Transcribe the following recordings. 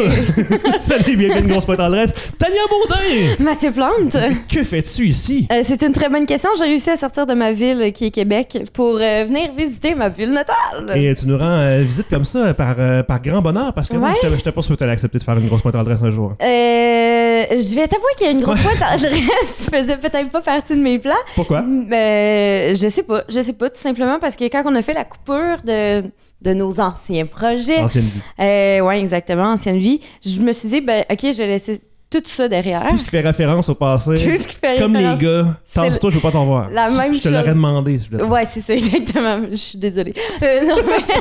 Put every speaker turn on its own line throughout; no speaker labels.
Salut, bienvenue dans Grosse Tendresse. Tania Baudin!
Mathieu Plante.
Que fais-tu ici?
Euh, c'est une très bonne question. J'ai réussi à sortir de ma ville euh, qui est Québec pour euh, venir visiter ma ville natale.
Et tu nous rends euh, visite comme ça par, euh, par grand bonheur parce que moi,
Ouais.
je n'étais pas sûr que tu allais accepter de faire une grosse pointe en adresse un jour.
Euh, je vais t'avouer qu'il y a une grosse pointe adresse faisait peut-être pas partie de mes plans.
Pourquoi?
Mais euh, je sais pas, je sais pas tout simplement parce que quand on a fait la coupure de de nos anciens projets,
Ancienne vie.
euh, ouais exactement ancienne vie, je me suis dit ben ok je vais laisser tout ça derrière.
Tout ce qui fait référence au passé.
Ah. Tout ce qui fait
Comme les
référence.
gars,
C'est
tasse-toi, je veux pas t'en voir.
la
Si-
même
Je te
chose.
l'aurais demandé. si je voulais.
Ouais, c'est ça, exactement. Je suis désolée. Euh, non, mais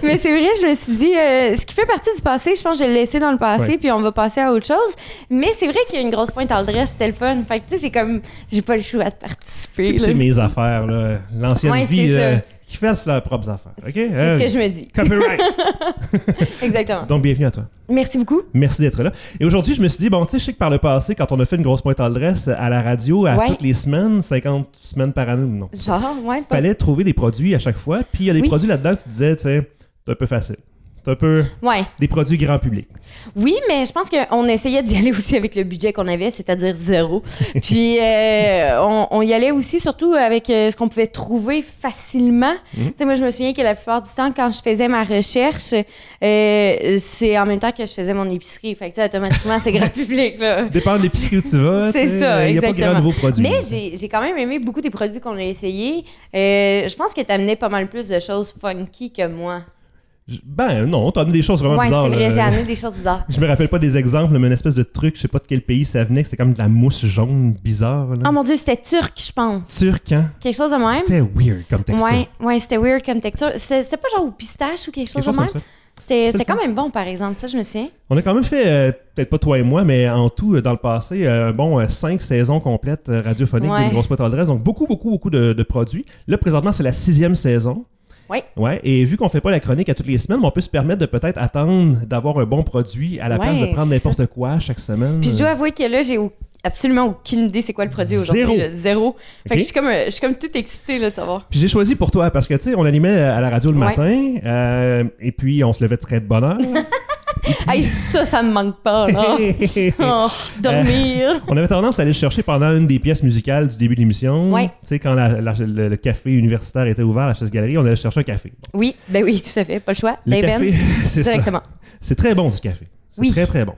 mais c'est vrai, je me suis dit, euh, ce qui fait partie du passé, je pense que je l'ai laissé dans le passé,
Ouais.
puis on va passer à autre chose. Mais c'est vrai qu'il y a une grosse pointe à l'adresse, c'était le fun. Fait que, tu sais, j'ai comme, j'ai pas le choix de participer.
Tu sais,
là.
C'est mes affaires, là. L'ancienne
Ouais,
vie,
c'est
euh,
ça.
qui fassent leurs propres affaires. OK? Euh,
C'est ce que je me dis.
Copyright.
Exactement.
Donc, bienvenue à toi.
Merci beaucoup.
Merci d'être là. Et aujourd'hui, je me suis dit, bon, tu sais, je sais que par le passé, quand on a fait une grosse pointe à l'adresse à la radio, à
Ouais.
toutes les semaines, 50 semaines par année, non.
Genre, ouais. pas-
fallait trouver des produits à chaque fois. Puis il y a des
Oui.
produits là-dedans que tu disais, tu sais, c'est un peu facile. C'est un peu
Ouais.
des produits grand public.
Oui, mais je pense qu'on essayait d'y aller aussi avec le budget qu'on avait, c'est-à-dire zéro. Puis euh, on, on y allait aussi surtout avec euh, ce qu'on pouvait trouver facilement. Tu sais, moi, je me souviens que la plupart du temps, quand je faisais ma recherche, euh, c'est en même temps que je faisais mon épicerie. Fait que, tu sais, automatiquement, c'est grand public, là.
Dépend de l'épicerie où tu vas.
C'est
tu sais,
ça,
euh, Il n'y a pas
exactement.
grand nouveau produit.
Mais j'ai j'ai quand même aimé beaucoup des produits qu'on a essayés. Euh, je pense que t'amenais pas mal plus de choses funky que moi.
J- Ben non, t'as amené des choses vraiment
ouais,
bizarres.
c'est vrai,
là.
j'ai amené des choses bizarres.
Je me rappelle pas des exemples, mais une espèce de truc, je sais pas de quel pays ça venait, que c'était comme de la mousse jaune bizarre. Là.
Oh mon Dieu, c'était turc, je pense.
Turc, hein?
Quelque chose de même.
C'était weird comme texture.
Ouais, ouais, c'était weird comme texture. C'était c'était pas genre au pistache ou quelque
Quelque
chose de
chose comme
même.
ça.
C'était
C'est
c'était
le fun.
quand même bon, par exemple. Ça, je me souviens.
On a quand même fait, euh, peut-être pas toi et moi, mais en tout, euh, dans le passé, euh, bon, euh, cinq saisons complètes euh, radiophoniques
Ouais.
d'une grosse pointe à l'adresse. Donc, beaucoup, beaucoup, beaucoup de, de produits. Là, présentement, c'est la sixième saison.
Ouais.
Ouais. Et vu qu'on fait pas la chronique à toutes les semaines, on peut se permettre de peut-être attendre d'avoir un bon produit à la
Ouais,
place de prendre
c'est
n'importe quoi chaque semaine.
Puis je dois avouer que là, j'ai au- absolument aucune idée c'est quoi le produit
Zéro.
aujourd'hui. là. Zéro.
Ok.
Fait que je suis comme, euh, je suis comme toute excitée là, de savoir.
Puis j'ai choisi pour toi parce que, tu sais, on animait à la radio le
Ouais.
matin euh, et puis on se levait très de bonne heure.
Hey, ça, ça me manque pas, là. Oh, dormir.
On avait tendance à aller le chercher pendant une des pièces musicales du début de l'émission.
Ouais.
Tu sais, quand la- la- le, le café universitaire était ouvert, la chaise galerie, on allait chercher un café. Bon,
Oui, ben oui, tout à fait. Pas le choix.
le
Dave N,
café, c'est ça.
directement.
C'est très bon du café. C'est
Oui.
très, très bon.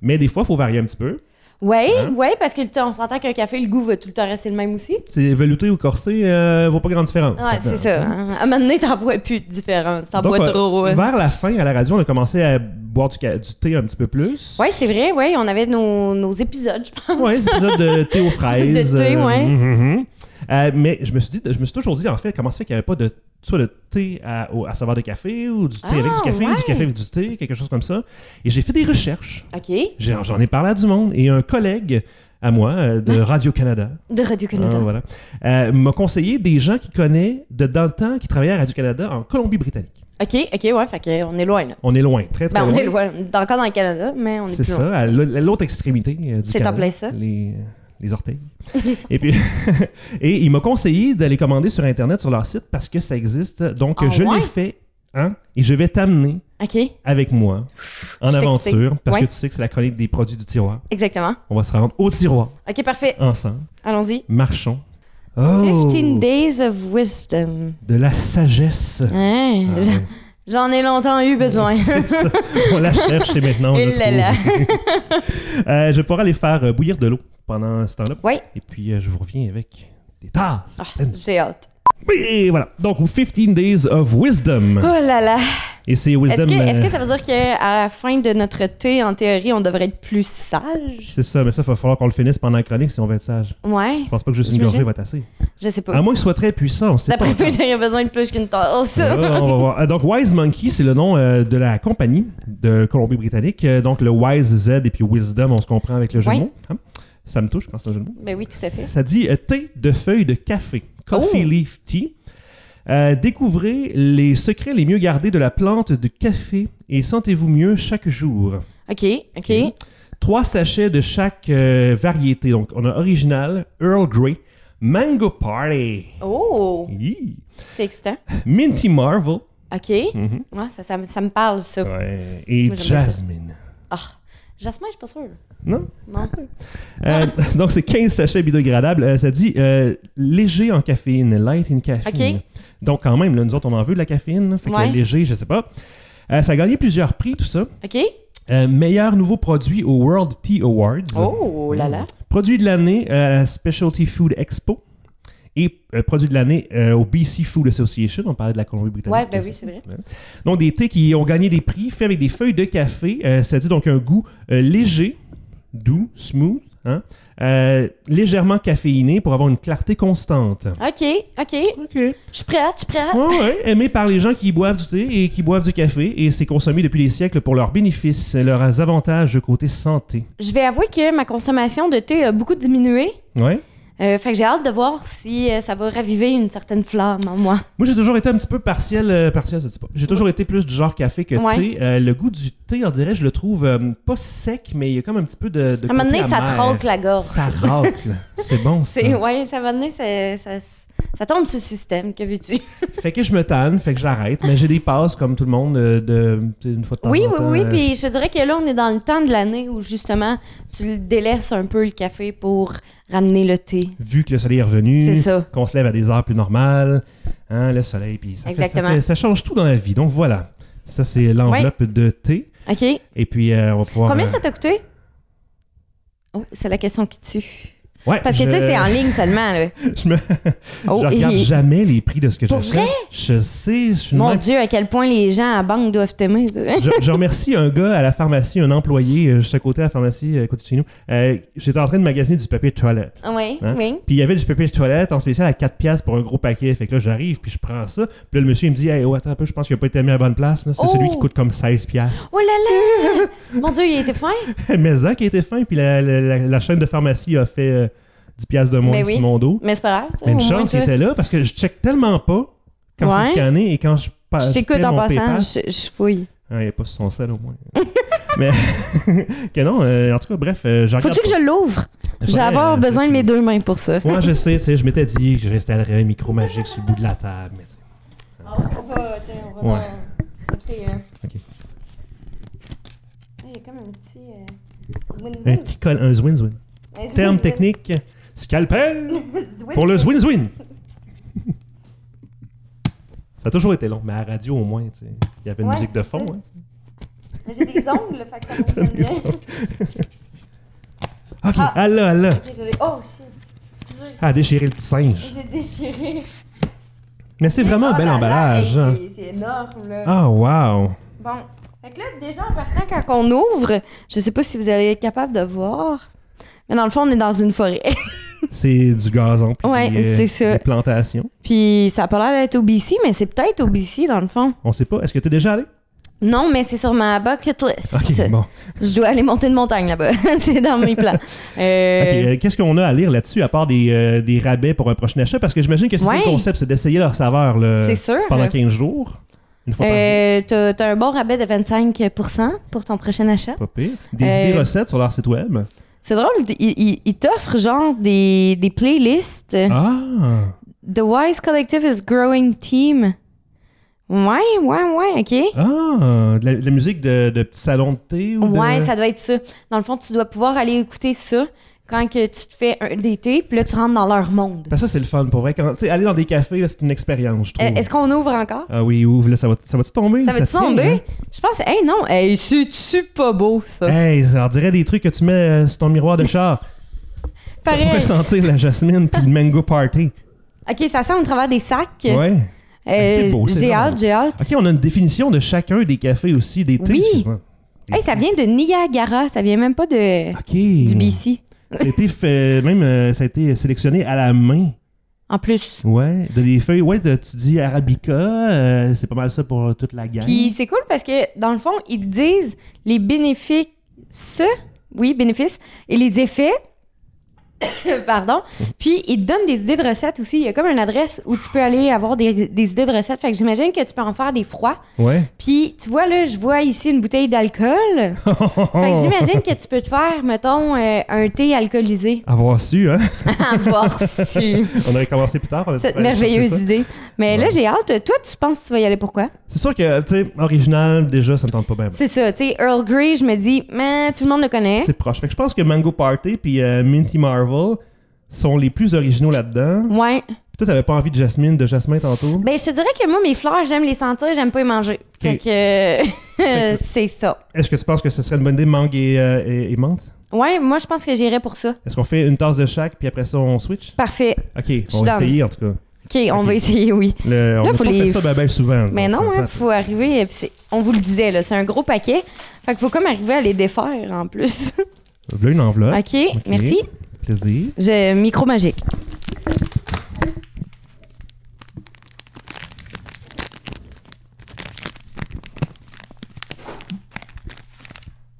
Mais des fois, il faut varier un petit peu.
Ouais,
Hein?
ouais, parce que le temps, on s'entend qu'un café, le goût va tout le temps rester le même aussi.
C'est velouté ou corsé, euh, vaut pas grande différence.
Ouais, c'est ça. hein. À un moment donné, t'en vois plus de différence. T'en
Donc,
bois
euh,
trop. ouais.
Vers la fin, à la radio, on a commencé à boire du, ca- du thé un petit peu plus.
Ouais, c'est vrai, ouais, on avait nos, nos épisodes, je pense.
Ouais, des épisodes de thé aux fraises.
De thé,
euh,
ouais.
hum, hum. Euh, mais je me suis dit, je me suis toujours dit en fait, comment ça fait qu'il n'y avait pas de soit de thé à, au- à saveur de café ou du thé
Ah,
avec du café,
ouais.
du café avec du thé, quelque chose comme ça. Et j'ai fait des recherches.
OK.
J'ai- J'en ai parlé à du monde et un collègue à moi euh, de Radio Canada,
De Radio-Canada.
voilà, euh, m'a conseillé des gens qui connaît de dans le temps qui travaillaient à Radio Canada en Colombie-Britannique.
OK, OK, ouais, fait que on est loin, là.
On est loin, très très
Ben, on
loin.
est loin. On est encore dans le Canada, mais on est,
C'est
plus loin.
ça, à l'au- à l'autre extrémité euh, du
C'est en
Canada.
plein ça.
Les, euh, les orteils.
Les
et puis, et il m'a conseillé d'aller commander sur Internet, sur leur site, parce que ça existe. Donc,
Ah
je
ouais?
l'ai fait, hein, et je vais t'amener
OK,
avec moi en
je suis
aventure,
excitée.
parce
Ouais.
que tu sais que c'est la chronique des produits du tiroir.
exactement.
On va se rendre au tiroir
OK, parfait.
ensemble.
Allons-y.
Marchons. Oh!
15 Days of Wisdom.
De la sagesse.
Hein,
Ah,
j'en-
ouais.
J'en ai longtemps eu besoin.
C'est ça. On la cherche et maintenant on
Et
la
Oh là là.
trouve. Euh, je vais pouvoir aller faire euh, bouillir de l'eau pendant ce temps-là.
Ouais.
Et puis euh, je vous reviens avec des tasses.
Ah,
pleines.
J'ai hâte.
Et voilà. Donc 15 Days of Wisdom.
Oh là là.
Et c'est Wisdom.
Est-ce que, est-ce que
euh,
ça veut dire qu'à la fin de notre thé, en théorie, on devrait être plus sage?
C'est ça, mais ça, il va falloir qu'on le finisse pendant la chronique si on veut être sage.
Ouais,
Je pense pas que juste une
J'imagine.
gorgée va être assez.
je sais
À
pas.
moins qu'il soit très puissant, on sait Ah, pas.
D'après moi, j'aurais besoin de plus qu'une tasse.
Euh, on va voir. Euh, Donc, Wise Monkey, c'est le nom euh, de la compagnie de Colombie-Britannique. Euh, donc, le Wise Z et puis Wisdom, on se comprend avec le jeu
Ouais.
de mots. hein. Ça me touche quand c'est un jeu de mots.
Ben oui, tout à fait.
Ça dit euh, thé de feuilles de café. Coffee
Oh.
leaf tea. Euh, découvrez les secrets les mieux gardés de la plante de café et sentez-vous mieux chaque jour.
OK, OK.
Trois sachets de chaque euh, variété. Donc, on a original, Earl Grey, Mango Party,
Oh,
Hi.
c'est excitant.
Minty Marvel
OK. Ouais, ça, ça, me- ça me parle, ça.
Mm-hmm. ouais, et
Moi, j'aime bien ça.
Jasmine.
Ah, Jasmin, je suis pas sûre.
Non?
Non.
Euh, donc, c'est 15 sachets biodégradables. Euh, ça dit euh, léger en caféine, light in caffeine.
Ok.
Donc, quand même, là, nous autres, on en veut de la caféine. là. Fait que
Ouais.
léger, je sais pas. Euh, ça a gagné plusieurs prix, tout ça.
OK?
Euh, meilleur nouveau produit au World Tea Awards.
Oh là là.
Produit de l'année euh, à la Specialty Food Expo. Et euh, produit de l'année euh, au BC Food Association. On parlait de la Colombie-Britannique.
Ouais, ben oui, c'est vrai.
Donc, des thés qui ont gagné des prix, faits avec des feuilles de café. Euh, ça dit donc un goût euh, léger, doux, smooth, hein, euh, légèrement caféiné pour avoir une clarté constante.
OK, OK.
OK. Ouais,
Je suis prête, je suis prête.
ouais, aimé par les gens qui boivent du thé et qui boivent du café, et c'est consommé depuis des siècles pour leurs bénéfices, leurs avantages de côté santé.
Je vais avouer que ma consommation de thé a beaucoup diminué.
Ouais.
Euh, fait que j'ai hâte de voir si euh, ça va raviver une certaine flamme en moi.
Moi, j'ai toujours été un petit peu partiel. euh, partiel, ça se dit pas. J'ai toujours été plus du genre café que
Ouais.
thé. Euh, le goût du thé, on dirait, je le trouve euh, pas sec, mais il y a comme un petit peu de. de
À un moment
côté
donné, ça
amer.
troque la gorge.
Ça racle. C'est bon, ça.
C'est, ouais, ça, à un moment donné, ça, ça, ça tombe sur le système, que veux-tu?
Fait que je me tanne, fait que j'arrête, mais j'ai des passes comme tout le monde euh, de tu sais, une fois de temps
Oui,
en
oui,
temps,
oui.
euh,
Puis je te dirais que là, on est dans le temps de l'année où justement, tu le délaisses un peu le café pour ramener le thé.
Vu que le soleil est
C'est
revenu,
ça.
qu'on se lève à des heures plus normales, hein, le soleil, puis ça, fait- ça
Exactement.
fait- ça change tout dans la vie. Donc voilà, ça c'est l'enveloppe de thé.
OK?
Et puis euh, on va pouvoir.
Combien
euh,
ça t'a coûté? Oh, c'est la question qui tue.
Ouais,
Parce que
je-
tu sais, c'est en ligne seulement, là.
Je, me...
Oh,
je regarde
et-
jamais les prix de ce que
Pour
j'achète. Je sais, je suis de
Mon
même.
Dieu, à quel point les gens à banque doivent t'aimer. ça.
je, je remercie un gars à la pharmacie, un employé euh, juste à côté à la pharmacie, euh, à côté de chez nous. Euh, J'étais en train de magasiner du papier de toilette.
Ah Oui,
Hein?
oui.
Puis il y avait du papier de toilette en spécial à 4 piastres pour un gros paquet. Fait que là, j'arrive, puis je prends ça. Puis là, le monsieur, il me dit Hey, oh, attends un peu, je pense qu'il a pas été mis à la bonne place. là. C'est
Oh!
celui qui coûte comme 16 piastres.
Oh là là! Mon Dieu, il était fin.
Mais ça qui a été fin, puis la, la- la- la chaîne de pharmacie a fait euh, 10 piastres de moins
Ben
sur
oui. Oh
mon dos.
Mais c'est pas grave. tu sais,
Mais une
au moins,
chance qu'il
toi,
était là parce que je check tellement pas quand
Ouais.
c'est scanné et quand je passe.
Je t'écoute en passant, je, je fouille.
Ah, il n'y a pas sur son sel au moins. Mais que non, euh, en tout cas, bref, euh, j'en
Faut-tu
regarde
que je l'ouvre?
pas.
Je vais avoir
Ouais,
besoin de
faut-tu-
mes deux mains pour ça.
Moi, je sais, tu sais, je m'étais dit que j'installerais un micro magique sur le bout de la table. Mais tu sais.
Ah, On va, tiens, on va
Ouais.
dans... Ok. euh.
Ok.
Ah, Il y a comme un petit... euh, zwin, zwin.
Un petit col, un zwin-zwin.
Un zwin,
Terme
zwin.
technique, scalpel
Zwin.
pour le zwin-zwin. Ça a toujours été long, mais à la radio au moins, tu sais. Il y avait une
Ouais,
musique de
c'est
fond.
ça.
hein.
Mais J'ai des ongles, fait que ça fonctionne bien. Ok,
Ok,
Ah.
elle là, elle là.
je l'ai- Oh, shit. Excusez.
Elle a déchiré le petit singe.
J'ai déchiré.
Mais c'est vraiment un
Oh
bel
là là,
emballage.
hey,
hein.
c'est- C'est énorme, là.
Ah, wow.
Bon. Fait que là, déjà, en partant, quand on ouvre, je sais pas si vous allez être capable de voir, mais dans le fond, on est dans une forêt.
C'est du gazon. Puis
Ouais,
des, euh,
c'est ça.
Des plantations.
Puis ça a pas l'air d'être au BC, mais c'est peut-être au BC, dans le fond.
On sait pas. Est-ce que t'es déjà allé?
Non, mais c'est sur ma bucket list.
Ok, bon.
Je dois aller monter une montagne là-bas. c'est dans mes plans. Euh,
Ok, euh, qu'est-ce qu'on a à lire là-dessus à part des, euh, des rabais pour un prochain achat? Parce que j'imagine que si
Ouais.
le concept, c'est d'essayer leur saveur là,
C'est sûr.
pendant 15 jours, une fois par jour.
euh, t'as t'as un bon rabais de 25 pour ton prochain achat.
Pas pire. Des
euh,
idées recettes sur leur site web.
C'est drôle, ils il, il t'offrent genre des, des playlists. euh,
Ah!
The Wise Collective is growing team. Ouais, ouais, ouais, ok.
Ah! De la, de la musique de, de petit salon de thé ou de...
Ouais, ça doit être ça. Dans le fond, tu dois pouvoir aller écouter ça quand que tu te fais un d'été, puis là, tu rentres dans leur monde.
Ben, ça, c'est le fun pour vrai. Quand, tu sais, aller dans des cafés, là, c'est une expérience, je trouve.
Euh, Est-ce qu'on ouvre encore?
Ah oui, ouvre, là, ça va ça va-tu tomber?
Ça va
tient,
tomber?
hein?
Je pense, hey non, hey, c'est-tu pas beau ça?
Hey, ça en dirait des trucs que tu mets euh, sur ton miroir de char. Tu
Pareil.
pourrais sentir la jasmine puis le mango party.
Ok, ça sent au travers des sacs.
Ouais.
Euh,
c'est beau, c'est
j'ai
vraiment
hâte, j'ai hâte.
OK, on a une définition de chacun des cafés aussi, des thés.
Oui.
excuse-moi.
Hey, ça vient de Niagara, ça vient même pas de,
OK.
du BC.
C'était fait, même, euh, ça a été sélectionné à la main.
En plus.
Ouais, de les feuilles. Ouais, de- tu dis Arabica, euh, c'est pas mal ça pour toute la gamme.
Puis c'est cool parce que dans le fond, ils te disent les bénéfices, oui, bénéfices et les effets Pardon. Puis, il te donne des idées de recettes aussi. Il y a comme une adresse où tu peux aller avoir des, des idées de recettes. Fait que j'imagine que tu peux en faire des froids.
Ouais.
Puis, tu vois, là, je vois ici une bouteille d'alcool. fait
Oh!
que j'imagine que tu peux te faire, mettons, euh, un thé alcoolisé.
Avoir su, hein?
Avoir su.
On avait commencé plus tard. on a dit,
Cette
ben, je vais chercher
merveilleuse
ça.
idée. Mais là, j'ai hâte. Toi, tu penses que tu vas y aller pourquoi?
C'est sûr que, tu sais, original, déjà, ça me tente pas bien.
C'est ça, tu sais, Earl Grey, je me dis, mais tout le monde le connaît.
C'est proche. Fait que je pense que Mango Party puis euh, Minty Marvel sont les plus originaux là-dedans.
Ouais.
Puis toi, t'avais pas envie de jasmine, de jasmin tantôt.
Ben, je te dirais que moi, mes fleurs, j'aime les sentir, j'aime pas les manger. Fait
Ok.
que euh, c'est ça.
Est-ce que tu penses que ce serait une bonne idée, mangue et, euh, et- et menthe?
Ouais, moi, je pense que j'irai pour ça.
Est-ce qu'on fait une tasse de chaque puis après ça, on switch?
Parfait.
Ok, on
suis
va
down.
essayer en tout cas.
OK, on
Ok.
va essayer, oui.
Le, on
Là,
a
faut
pas
les-
fait ça ben, ben souvent. disons.
Mais non,
Attends,
hein, faut arriver. puis c'est- on vous le disait, là, c'est un gros paquet. Fait qu'il faut comme arriver à les défaire en plus.
Voilà une enveloppe.
OK, merci.
Plaisir.
Je, micro magique.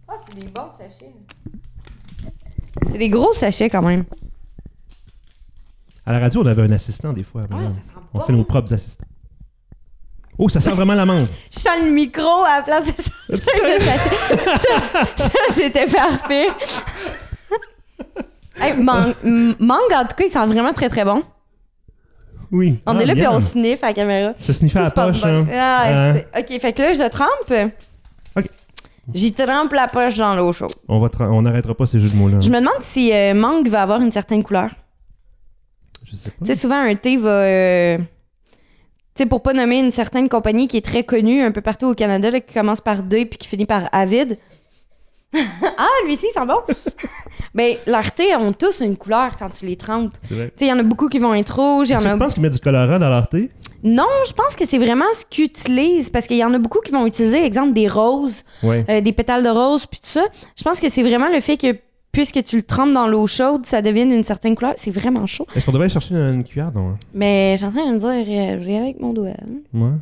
Ah, c'est des bons sachets. C'est des gros sachets quand même.
À la radio, on avait un assistant des fois. mais
Ouais,
là,
Ah, ça sent
on
bon.
fait nos propres assistants. Oh, ça sent vraiment la mangue.
Je sens le micro à la place de ça.
Sérieux?
le sachet. Ça, ça, c'était parfait. Hey, man- m- mangue, en tout cas, il sent vraiment très très bon.
Oui.
On
Ah,
est là, puis
bien.
on sniff à la caméra.
Ça sniffait
Tout
à la
se passe
poche.
bien.
hein.
Ah,
Ouais.
c'est- OK, fait que là, je trempe.
Ok.
J'y trempe la poche dans l'eau chaude.
On va tra- on n'arrêtera pas ces jeux de mots-là.
Je me demande si euh, mangue va avoir une certaine couleur.
Je sais pas.
Tu sais, souvent, un thé va... euh, Tu sais, pour pas nommer une certaine compagnie qui est très connue un peu partout au Canada, là, qui commence par D puis qui finit par Avid. ah, lui-ci, il sent bon! ben, leurs thés ont tous une couleur quand tu les trempes.
C'est vrai.
Tu sais, il y en a beaucoup qui vont être rouges, il y en
Est-ce que
a
tu penses qu'ils mettent du colorant dans leur thé?
Non, je pense que c'est vraiment ce qu'ils utilisent parce qu'il y en a beaucoup qui vont utiliser, exemple, des roses,
Ouais.
euh, des pétales de roses, puis tout ça. Je pense que c'est vraiment le fait que puisque tu le trempes dans l'eau chaude, ça devient une certaine couleur. C'est vraiment chaud.
Est-ce qu'on devrait aller chercher une, une cuillère? Non. hein?
Mais je suis en train de me dire, euh, je vais y aller avec mon doigt. hein.
Ouais.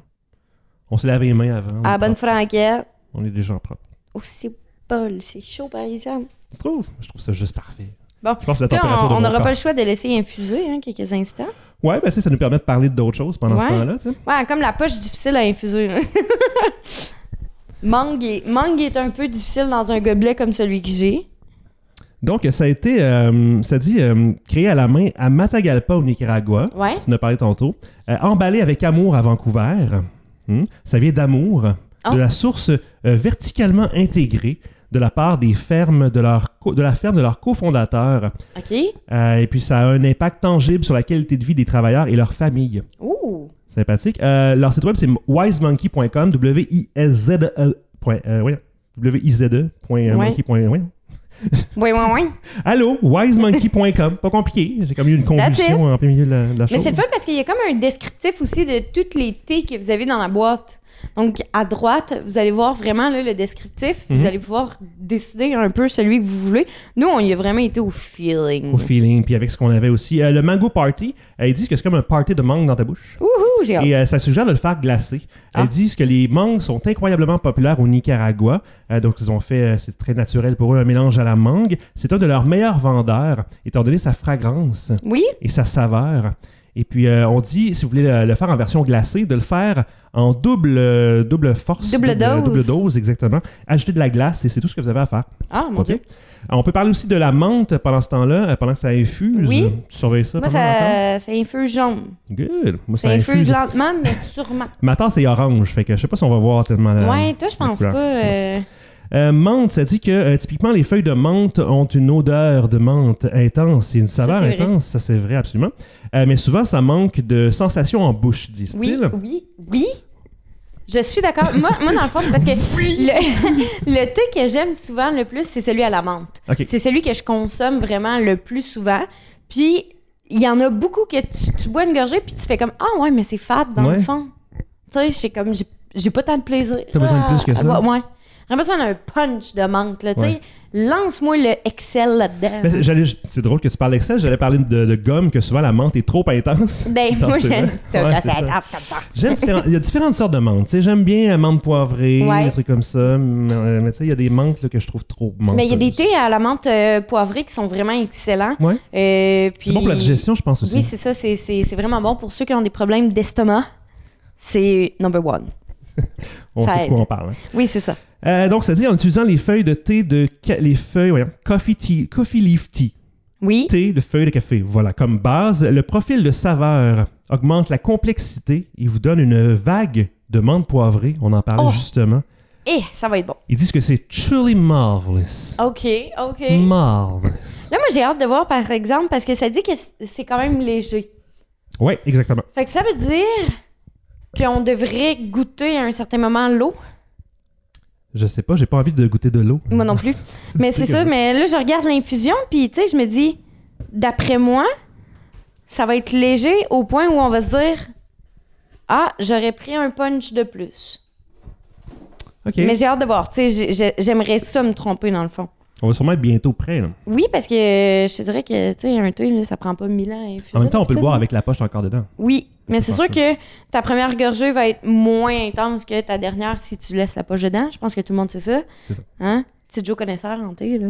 On se lave les mains avant. on
À
est
la Ah, bonne
propre.
franquette.
On est des gens propres.
Oh, c'est bol, c'est chaud par exemple.
Tu trouves? Je trouve ça juste parfait.
Bon.
Je pense que la
Puis là,
température
on
de mon
n'aura
corps-
pas le choix de laisser infuser hein, quelques instants.
Ouais, ben tu sais, ça nous permet de parler d'autres choses pendant ce
Ouais.
temps-là, tu sais.
Ouais, comme la poche difficile à infuser. là. mangue, est, mangue est un peu difficile dans un gobelet comme celui que j'ai.
Donc, ça a été, euh, ça dit, euh, créé à la main à Matagalpa, au Nicaragua.
Ouais.
Tu en as parlé tantôt. Euh, emballé avec amour à Vancouver. Hmm. Ça vient d'amour,
Ah.
de la source euh, verticalement intégrée de la part des fermes de, leur co- de la ferme de leur cofondateur.
OK.
Euh, et puis, ça a un impact tangible sur la qualité de vie des travailleurs et leurs familles.
Ouh.
Sympathique. Euh, leur site web, c'est wisemonkey.com, W-I-S-Z-E. point- euh, voyons, W-I-Z-E. point, euh,
Ouais.
monkey point- voyons.
Oui, oui, oui.
Allô, wisemonkey.com. Pas compliqué. J'ai comme eu une convulsion en plein milieu de la, de la
Mais
chose.
c'est le fun parce qu'il y a comme un descriptif aussi de toutes les thés que vous avez dans la boîte. Donc, à droite, vous allez voir vraiment là, le descriptif.
Mhm.
Vous allez pouvoir décider un peu celui que vous voulez. Nous, on y a vraiment été au feeling.
Au feeling, puis avec ce qu'on avait aussi. Euh, le mango party, euh, ils disent que c'est comme un party de mangue dans ta bouche.
Ouhou, j'ai hâte.
Et euh, ça suggère de le faire glacer.
Ah.
Ils disent que les mangues sont incroyablement populaires au Nicaragua. Euh, donc, ils ont fait, euh, c'est très naturel pour eux, un mélange à la mangue. C'est un de leurs meilleurs vendeurs, étant donné sa fragrance.
Oui?
et sa saveur. Et puis, euh, on dit, si vous voulez le, le faire en version glacée, de le faire en double, euh, double force.
Double dose.
Double dose, exactement. Ajouter de la glace et c'est tout ce que vous avez à faire.
Ah, mon
OK?
Dieu.
Euh, On peut parler aussi de la menthe pendant ce temps-là, euh, pendant que ça infuse.
Oui.
Tu surveilles ça
Moi,
pendant longtemps?
ça, ça infuse jaune.
Good. Moi,
Ça,
ça,
infuse,
infuse.
lentement, mais sûrement.
Ma tasse est orange, fait que je sais pas si on va voir tellement la...
ouais, toi, je pense
la
pas.
couleur.
euh,
Euh, menthe, ça dit que euh, typiquement les feuilles de menthe ont une odeur de menthe intense et une
Ça,
saveur
c'est vrai.
intense, ça c'est vrai absolument. Euh, mais souvent ça manque de sensation en bouche, disent-ils.
Oui, oui, oui. Je suis d'accord. Moi, moi, dans le fond, c'est parce que le, le thé que j'aime souvent le plus, c'est celui à la menthe.
Ok.
C'est celui que je consomme vraiment le plus souvent. Puis, il y en a beaucoup que tu, tu bois une gorgée, puis tu fais comme Ah, ouais, mais c'est fade dans
Ouais.
le fond. Tu sais, c'est comme j'ai- J'ai pas tant de plaisir.
T'as besoin de
à-
plus que
à
ça?
boire- ouais. J'aurais besoin d'un punch de menthe, là, tu sais.
Ouais.
Lance-moi le Excel là-dedans.
Ben, j'allais- c'est drôle que tu parles d'Excel. J'allais parler de, de gomme, que souvent la menthe est trop intense.
Ben,
Dans
moi,
ces-
j'aime ça.
Ouais,
quand
c'est
ça
ça.
tape comme ça.
J'aime différents- Il y a différentes sortes de menthe. tu sais. J'aime bien la menthe poivrée,
Ouais.
des trucs comme ça. Mais, euh, mais tu sais, il y a des menthes là, que je trouve trop menteuses.
Mais il y a des thés à la menthe euh, poivrée qui sont vraiment excellents.
Ouais.
Euh, puis...
C'est bon pour la digestion, je pense aussi.
Oui, c'est ça. C'est, c'est, c'est vraiment bon pour ceux qui ont des problèmes d'estomac. C'est number one.
on
ça
sait de quoi
aide.
on parle. hein.
Oui, c'est ça.
Euh, donc, ça dit en utilisant les feuilles de thé de. ca- Les feuilles, voyons, coffee, tea, coffee leaf tea.
Oui.
Thé de feuilles de café. Voilà, comme base, le profil de saveur augmente la complexité et vous donne une vague de menthe poivrée. On en parlait
Oh.
justement.
Et ça va être bon.
Ils disent que c'est truly marvelous.
OK, OK.
Marvelous.
Là, moi, j'ai hâte de voir, par exemple, parce que ça dit que c- c'est quand même léger.
Ouais, exactement.
Fait que ça veut dire qu'on devrait goûter à un certain moment l'eau.
Je sais pas, j'ai pas envie de goûter de l'eau.
Moi non plus. mais c'est ça, mais là, je regarde l'infusion, puis tu sais, je me dis, d'après moi, ça va être léger au point où on va se dire, ah, j'aurais pris un punch de plus.
Ok.
Mais j'ai hâte de voir. Tu sais, j'ai- j'ai- j'aimerais ça me tromper, dans le fond.
On va sûrement être bientôt prêt. là.
Oui, parce que euh, je te dirais que, tu sais, un thé, là, ça prend pas mille ans à infuser.
En même temps, on peut le
d'habitude.
boire avec la poche encore dedans.
Oui, mais c'est
faire
sûr que ta première gorgée va être moins intense que ta dernière si tu laisses la poche dedans. Je pense que tout le monde sait ça.
C'est ça.
Hein? Petit Joe connaisseur en thé, là.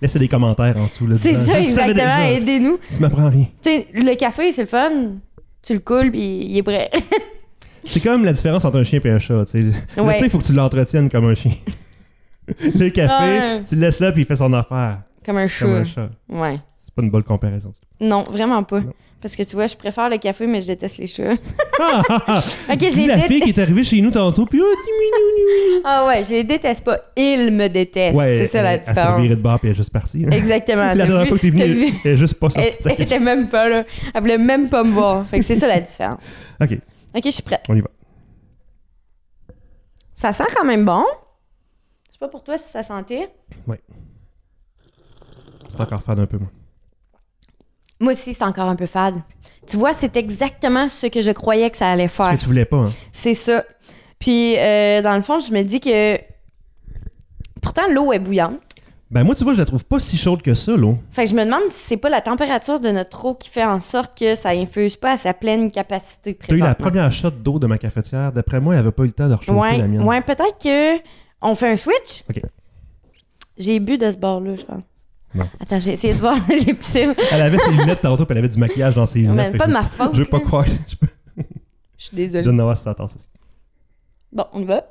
Laissez des commentaires en dessous. là,
C'est
disant,
ça,
Je savais
exactement.
déjà.
Aidez-nous.
Tu m'apprends rien.
Tu sais, le café, c'est le fun. Tu le coules, puis il est prêt.
C'est comme la différence entre un chien et un chat. tu sais. Le
Ouais.
thé, il faut que tu l'entretiennes comme un chien. le café,
Ah, Ouais.
tu le laisses là puis il fait son affaire.
Comme un
Comme
chat.
un chat.
Ouais.
C'est pas une bonne comparaison. c'est tout.
Non, vraiment pas.
Non.
Parce que tu vois, je préfère le café, mais je déteste les chats.
Ah, ah, ah.
Ok,
Dis
j'ai
la
dé-
fille qui est arrivée chez nous tantôt, puis oh, tu-
Ah ouais, je les déteste pas. Ils me détestent.
Ouais,
c'est ça la
elle, elle s'est
différence.
virée de bord puis elle est juste partie. là.
Exactement.
la
T'as
dernière
vu-
fois que t'es
t'as
venue,
vu?
elle- elle est juste pas
Elle,
sortie de sa
elle
cage.
était même pas là. Elle voulait même pas me voir. Fait que c'est ça la différence.
Ok,
Ok, je suis prête.
on y va.
Ça sent quand même bon. Je sais pas pour toi si ça sentait.
C'est encore fade un peu, moi.
Moi aussi, c'est encore un peu fade. Tu vois, c'est exactement ce que je croyais que ça allait
Ce
faire.
que tu voulais pas, hein.
C'est ça. Puis, euh, dans le fond, je me dis que. Pourtant, l'eau est bouillante.
Ben moi, tu vois, je la trouve pas si chaude que ça, l'eau.
Fait que je me demande si c'est pas la température de notre eau qui fait en sorte que ça infuse pas à sa pleine capacité
T'as eu
présentement.
la première shot d'eau de ma cafetière. D'après moi, elle avait pas eu le temps de rechauffer
Ouais,
la mienne.
ouais peut-être que on fait un switch.
Ok.
J'ai bu de ce bord-là, je pense.
Bon.
Attends, j'ai essayé de voir les petits.
Elle avait ses lunettes tantôt, puis elle avait du maquillage dans ses lunettes.
Mais
fait
pas
que
de ma faute.
Je veux pas
là.
croire. Je peux
Je suis désolée.
donne avoir si ça attend ça.
Bon, on y va.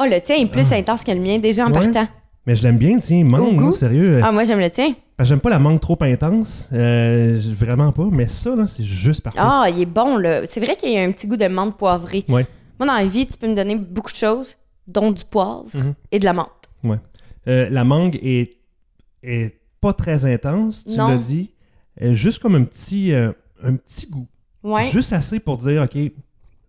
Oh, le tien est plus intense que le mien déjà en
Ah. Ouais.
partant.
Mais je l'aime bien, tiens,
Au
mangue,
goût.
moi, sérieux.
Ah, moi, j'aime le tien.
Parce que J'aime pas la mangue trop intense, euh, j- vraiment pas, mais ça, là, c'est juste parfait.
Ah, il est bon, là. C'est vrai qu'il y a un petit goût de menthe poivrée.
Ouais.
Moi, dans la vie, tu peux me donner beaucoup de choses, dont du poivre
Mm-hmm.
et de la menthe.
Euh, la mangue est, est pas très intense, tu
Non.
l'as dit. Euh, juste comme un petit, euh, un petit goût.
Ouais.
Juste assez pour dire, OK,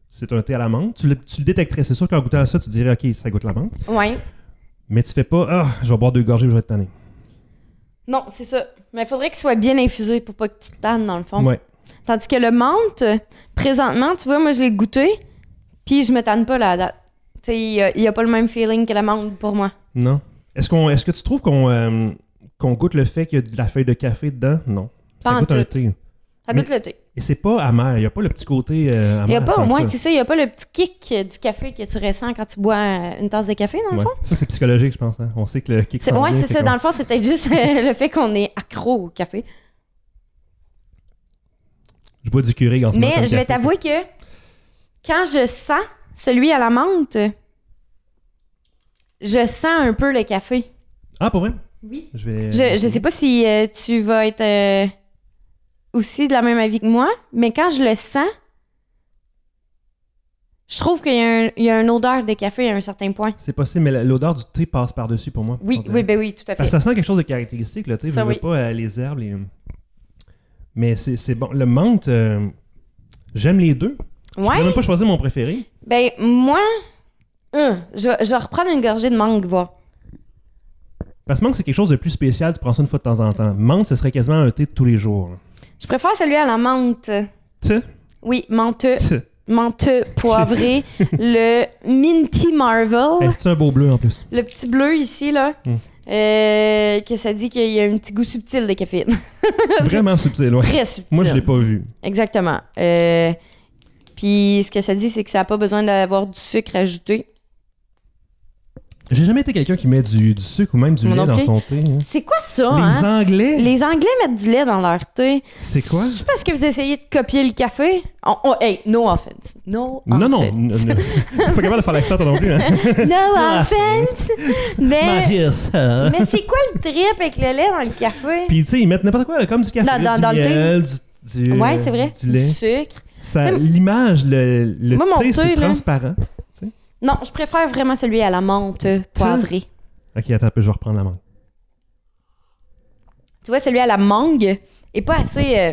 c'est un thé à la mangue. Tu le, tu le détecterais, c'est sûr qu'en goûtant à ça, tu dirais, OK, ça goûte la mangue.
Ouais.
Mais tu fais pas, ah, je vais boire deux gorgées, puis je vais être tanné.
Non, c'est ça. Mais il faudrait qu'il soit bien infusé pour pas que tu te tannes, dans le fond.
Ouais.
Tandis que le menthe, présentement, tu vois, moi, je l'ai goûté, puis je me tanne pas, là, à date. Tu sais, il y a- il y a, pas le même feeling que la menthe pour moi.
Non. Est-ce qu'on, est-ce que tu trouves qu'on, euh, qu'on goûte le fait qu'il y a de la feuille de café dedans? Non.
Pas
ça
en
goûte un
tout.
thé.
Ça
Mais-
goûte le thé.
Et c'est pas amer. Il n'y a pas le petit côté euh, amer.
Il n'y a pas, au
tant que
moins,
ça.
c'est ça, il n'y a pas le petit kick euh, du café que tu ressens quand tu bois euh, une tasse de café, dans le
Ouais.
fond.
Ça, c'est psychologique, je pense. hein. On sait que le kick
C'est,
s'en
ouais,
vient,
c'est
fait
ça.
qu'on-
Dans le fond, c'est peut-être juste euh, le fait qu'on est accro au café.
Je bois du curé en ce moment.
Mais
comme
je vais
café.
t'avouer que quand je sens celui à la menthe, je sens un peu le café.
Ah, pour vrai?
Oui.
Je vais.
Je, je sais pas si euh, tu vas être euh, aussi de la même avis que moi, mais quand je le sens, je trouve qu'il y a, un- il y a une odeur de café à un certain point.
C'est possible, mais la- l'odeur du thé passe par-dessus pour moi.
Oui,
on dirait.
oui, ben oui, tout à fait.
Parce que ça sent quelque chose de caractéristique, le thé. Je
Ça,
veux
oui.
pas euh, les herbes. les- Mais c'est c'est bon. Le menthe, euh, j'aime les deux. Je
Ouais.
pourrais même pas choisir mon préféré.
Ben, moi, hein, je, vais- je vais reprendre une gorgée de mangue, voir.
Parce que mangue, c'est quelque chose de plus spécial. Tu prends ça une fois de temps en temps. Menthe, ce serait quasiment un thé de tous les jours.
Je préfère celui à la menthe.
Tu sais,
Oui, menteux.
tu sais,
menteux poivré, le Minty Marvel,
Hey, c'est un beau bleu en plus.
le petit bleu ici, là,
Mm.
euh, que ça dit qu'il y a un petit goût subtil de caféine.
Vraiment subtil, ouais.
Très subtil.
Moi, je l'ai pas vu.
Exactement. Euh, Puis ce que ça dit, c'est que ça n'a pas besoin d'avoir du sucre ajouté.
J'ai jamais été quelqu'un qui met du, du sucre ou même du
Moi
lait
non
dans
plus.
son thé. hein.
C'est quoi ça,
Les
hein?
Anglais,
Les Anglais mettent du lait dans leur thé.
c'est quoi?
C'est parce que vous essayez de copier le café? Oh, oh, hey, no offense. No offense.
Non, non, n- n- pas capable de faire l'accent toi non plus. Hein?
No offense. mais
ça.
mais c'est quoi le trip avec le lait dans le café?
Puis tu sais, ils mettent n'importe quoi, là, comme du café,
Dans- dans-
du
dans le thé.
miel, du, du-
ouais, c'est vrai.
euh, du lait.
sucre.
Ça-
Tu sais,
L'image, le, le
moi, mon
thé,
thé,
c'est
là-
transparent.
Non, je préfère vraiment celui à la menthe poivrée.
Ok, attends un peu, je vais reprendre la main.
Tu vois, celui à la mangue est pas assez euh,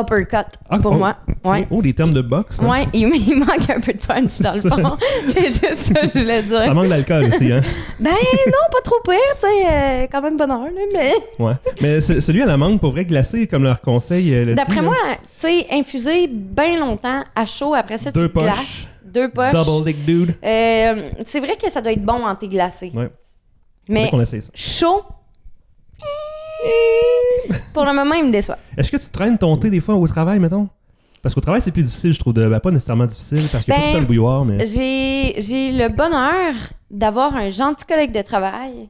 uppercut
Ah,
pour
oh,
moi. Ouais.
Oh, des termes de boxe. hein.
Ouais, il, il manque un peu de punch dans le
C'est ça.
fond. C'est juste ça que je voulais
Ça
dire.
manque d'alcool aussi, hein?
Ben non, pas trop pire, tu sais, euh, quand même bonheur, là, mais...
Ouais. Mais ce- celui à la mangue, pour vrai, glacé, comme leur conseil. euh, le
D'après
dit,
moi, tu sais, infusé bien longtemps à chaud, après ça,
Deux
tu te
poches.
glaces. Deux
là,
poches.
Double dick dude.
Euh, c'est vrai que ça doit être bon en thé glacé.
Ouais.
mais
Faudrait qu'on essaye ça.
chaud, pour le moment, il me déçoit.
Est-ce que tu traînes ton thé des fois au travail, mettons? Parce qu'au travail, c'est plus difficile, je trouve. De... Ben, pas nécessairement difficile, parce qu'il y a pas
Ben,
tout le temps le bouilloire, mais.
J'ai j'ai le bonheur d'avoir un gentil collègue de travail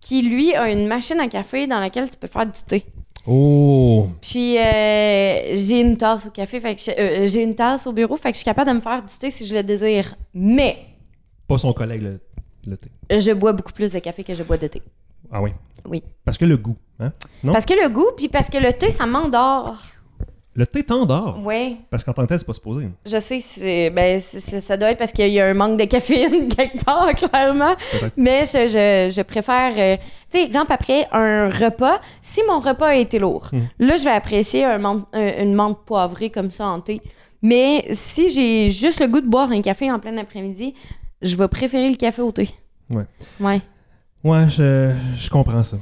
qui, lui, a une machine à café dans laquelle tu peux faire du thé.
Oh!
Puis euh, j'ai une tasse au café, fait que je- euh, j'ai une tasse au bureau, fait que je suis capable de me faire du thé si je le désire. Mais
Pas son collègue, le, le thé.
je bois beaucoup plus de café que je bois de thé.
Ah oui.
Oui.
Parce que le goût, hein? Non?
Parce que le goût, puis parce que le thé, ça m'endort.
Le thé t'endort.
Ouais.
Parce qu'en tant que tel, c'est pas supposé. hein,
Je sais, c'est- ben, c'est- c'est- ça doit être parce qu'il y a un manque de caféine quelque part, clairement.
Peut-être.
Mais je, je- je préfère, euh, tu sais, exemple, après un repas, si mon repas a été lourd,
Mm.
là, je vais apprécier un menthe- un- une menthe poivrée comme ça en thé. Mais si j'ai juste le goût de boire un café en plein après-midi, je vais préférer le café au thé.
Ouais.
Ouais.
Ouais, je, je comprends ça.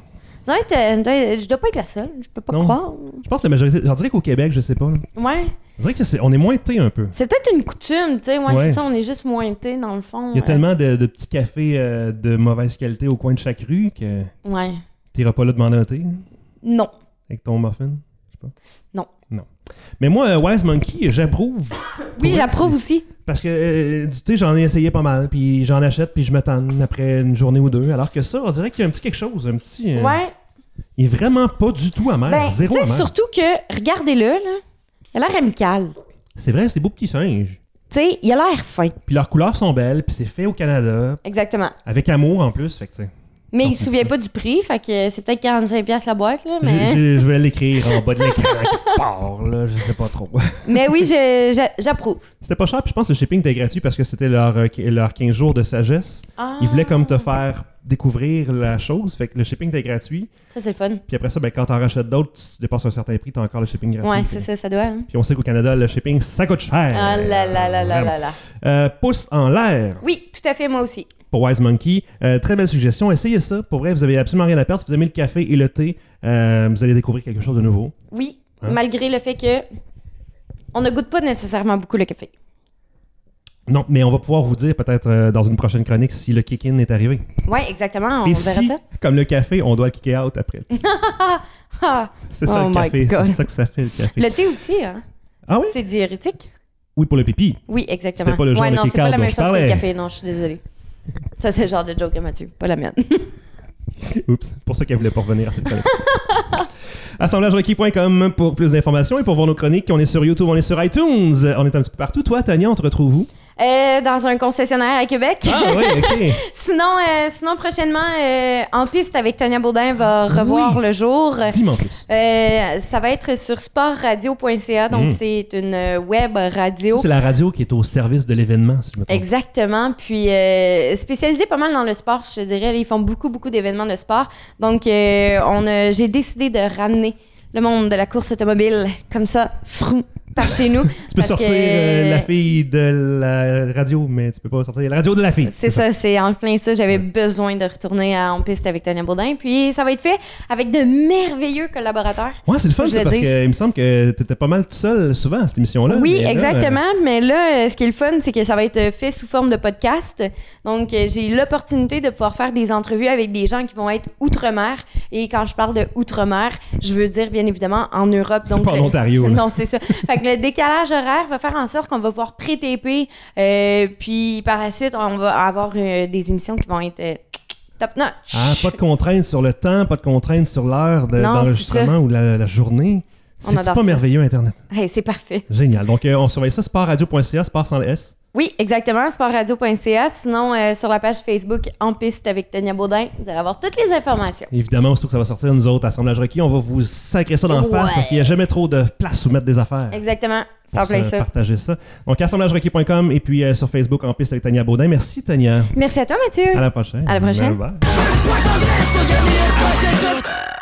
Ça doit être, euh, doit- je dois pas être la seule, je peux pas
Non.
croire.
Je pense que la majorité. J'en dirais qu'au Québec, je sais pas. là.
Ouais.
Je dirais que c'est, on est moins thé un peu.
C'est peut-être une coutume, tu sais. Ouais,
Ouais.
c'est ça, on est juste moins thé dans le fond.
Il y a
Euh,
tellement de, de petits cafés euh, de mauvaise qualité au coin de chaque rue que
Ouais.
t'iras pas là demander un thé hein,
Non.
avec ton muffin. Je sais pas.
Non.
Non. Mais moi, euh, Wise Monkey, j'approuve.
Oui,
Ouais,
j'approuve aussi.
Parce que euh, du thé, j'en ai essayé pas mal. Puis j'en achète, puis je m'attends après une journée ou deux. Alors que ça, on dirait qu'il y a un petit quelque chose. Un petit. euh,
Ouais.
Il est vraiment pas du tout amer.
Ben, tu
zéro
sais,
amer.
surtout que, regardez-le, là. Il a l'air amical.
C'est vrai, c'est des beaux petits singes.
Tu sais, il a l'air fin.
Puis leurs couleurs sont belles, puis c'est fait au Canada,
Exactement.
avec amour en plus. Fait que, tu sais,
Mais
Non,
il se
c'est
souvient
ça.
pas du prix, fait que c'est peut-être 45$ la boîte, là.
j'ai-
Mais,
j'ai- je vais l'écrire en bas de l'écran quelque part, là, je sais pas trop.
mais oui, je- j'a- j'approuve.
C'était pas cher, puis je pense que le shipping était gratuit parce que c'était leur, euh, qui- leur 15 jours de sagesse.
Ah,
Ils voulaient comme te faire découvrir la chose, fait que le shipping était gratuit.
Ah, Ça, c'est le fun.
Puis après ça, ben, quand t'en rachètes d'autres, tu dépasses un certain prix, t'as encore le shipping gratuit.
Ouais,
Fait-
c'est ça, ça doit. hein.
Puis on sait qu'au Canada, le shipping, ça coûte cher.
Ah là là là là
Vraiment.
là là.
Euh, pouce en l'air.
Oui, tout à fait, moi aussi.
pour Wise Monkey. Euh, très belle suggestion. Essayez ça. Pour vrai, vous avez absolument rien à perdre. Si vous aimez le café et le thé, euh, vous allez découvrir quelque chose de nouveau.
Oui,
Hein?
malgré le fait que on ne goûte pas nécessairement beaucoup le café.
Non, mais on va pouvoir vous dire peut-être euh, dans une prochaine chronique si le kick-in est arrivé.
Ouais, exactement. On
et
verra
si,
ça.
comme le café, on doit le kicker out après.
Ah,
C'est ça le
Oh my
café.
God.
C'est ça que ça fait le café.
le thé aussi, hein.
Ah oui?
C'est diurétique.
Oui, pour le pipi.
Oui, exactement.
C'était pas le genre
ouais,
de
non, c'est
kick-out
pas la
dont
même
je
chose que
parlais.
le café. Non, je suis désolée. Ça, c'est le genre de joke à Mathieu, pas la mienne.
Oups, pour ça qu'elle voulait pas revenir à cette chronique. assemblagerequis.com pour plus d'informations et pour voir nos chroniques. On est sur YouTube, on est sur iTunes, on est un petit peu partout. Toi, Tania, on te retrouve où?
Euh, dans un concessionnaire à Québec.
Ah oui, ok.
sinon, euh, sinon, prochainement, euh, En piste avec Tania Baudin va revoir
Oui.
le jour.
Dis-moi en plus.
Euh, ça va être sur sportradio.ca, donc
Mm.
c'est une euh, web radio.
C'est la radio qui est au service de l'événement, si je me trompe.
Exactement. Puis euh, spécialisé pas mal dans le sport, je te dirais. Ils font beaucoup, beaucoup d'événements de sport. Donc, euh, on a- j'ai décidé de ramener le monde de la course automobile comme ça, frou, par chez nous.
Tu peux
parce
sortir
que-
euh, la fille de la radio, mais tu peux pas sortir la radio de la fille.
C'est ça, c'est en plein ça. J'avais besoin de retourner à- en piste avec Tania Bourdin. Puis ça va être fait avec de merveilleux collaborateurs.
Ouais, c'est le fun,
Je
ça,
le
parce
dis.
qu'il me semble que t'étais pas mal tout seul souvent à cette émission-là.
Oui,
Ah, mais là,
exactement. Mais là, euh, ce qui est le fun, c'est que ça va être fait sous forme de podcast. Donc, euh, j'ai l'opportunité de pouvoir faire des entrevues avec des gens qui vont être outre-mer. Et quand je parle de outre-mer, je veux dire, bien évidemment, en Europe.
C'est
Donc,
pas en
le-
Ontario, là.
Non, c'est ça. fait que le décalage horaire va faire en sorte qu'on va pouvoir pré-taper. euh, puis, par la suite, on va avoir euh, des émissions qui vont être euh, top notch.
Ah, pas de contraintes sur le temps, pas de contraintes sur l'heure de-
Non, c'est
d'enregistrement ou la, la journée.
On
C'est pas
adore ça.
merveilleux, Internet.
Hey, c'est parfait.
Génial. Donc, euh, on surveille ça, sportradio.ca, sport sans le S.
Oui, exactement, sportradio.ca. Sinon, euh, sur la page Facebook En piste avec Tania Baudin, vous allez avoir toutes les informations.
Évidemment, surtout que ça va sortir, nous autres, Assemblage requis, on va vous sacrer ça dans la face
Ouais.
parce qu'il n'y a jamais trop de place où mettre des affaires.
Exactement,
pour
ça en plein
se
ça.
Partager ça. Donc, assemblagerequis.com et puis euh, sur Facebook, en piste avec Tania Baudin. Merci, Tania.
Merci à toi, Mathieu.
À la prochaine.
À la prochaine.
Bye bye.
Puerto Rico, ya mi espacio, yo-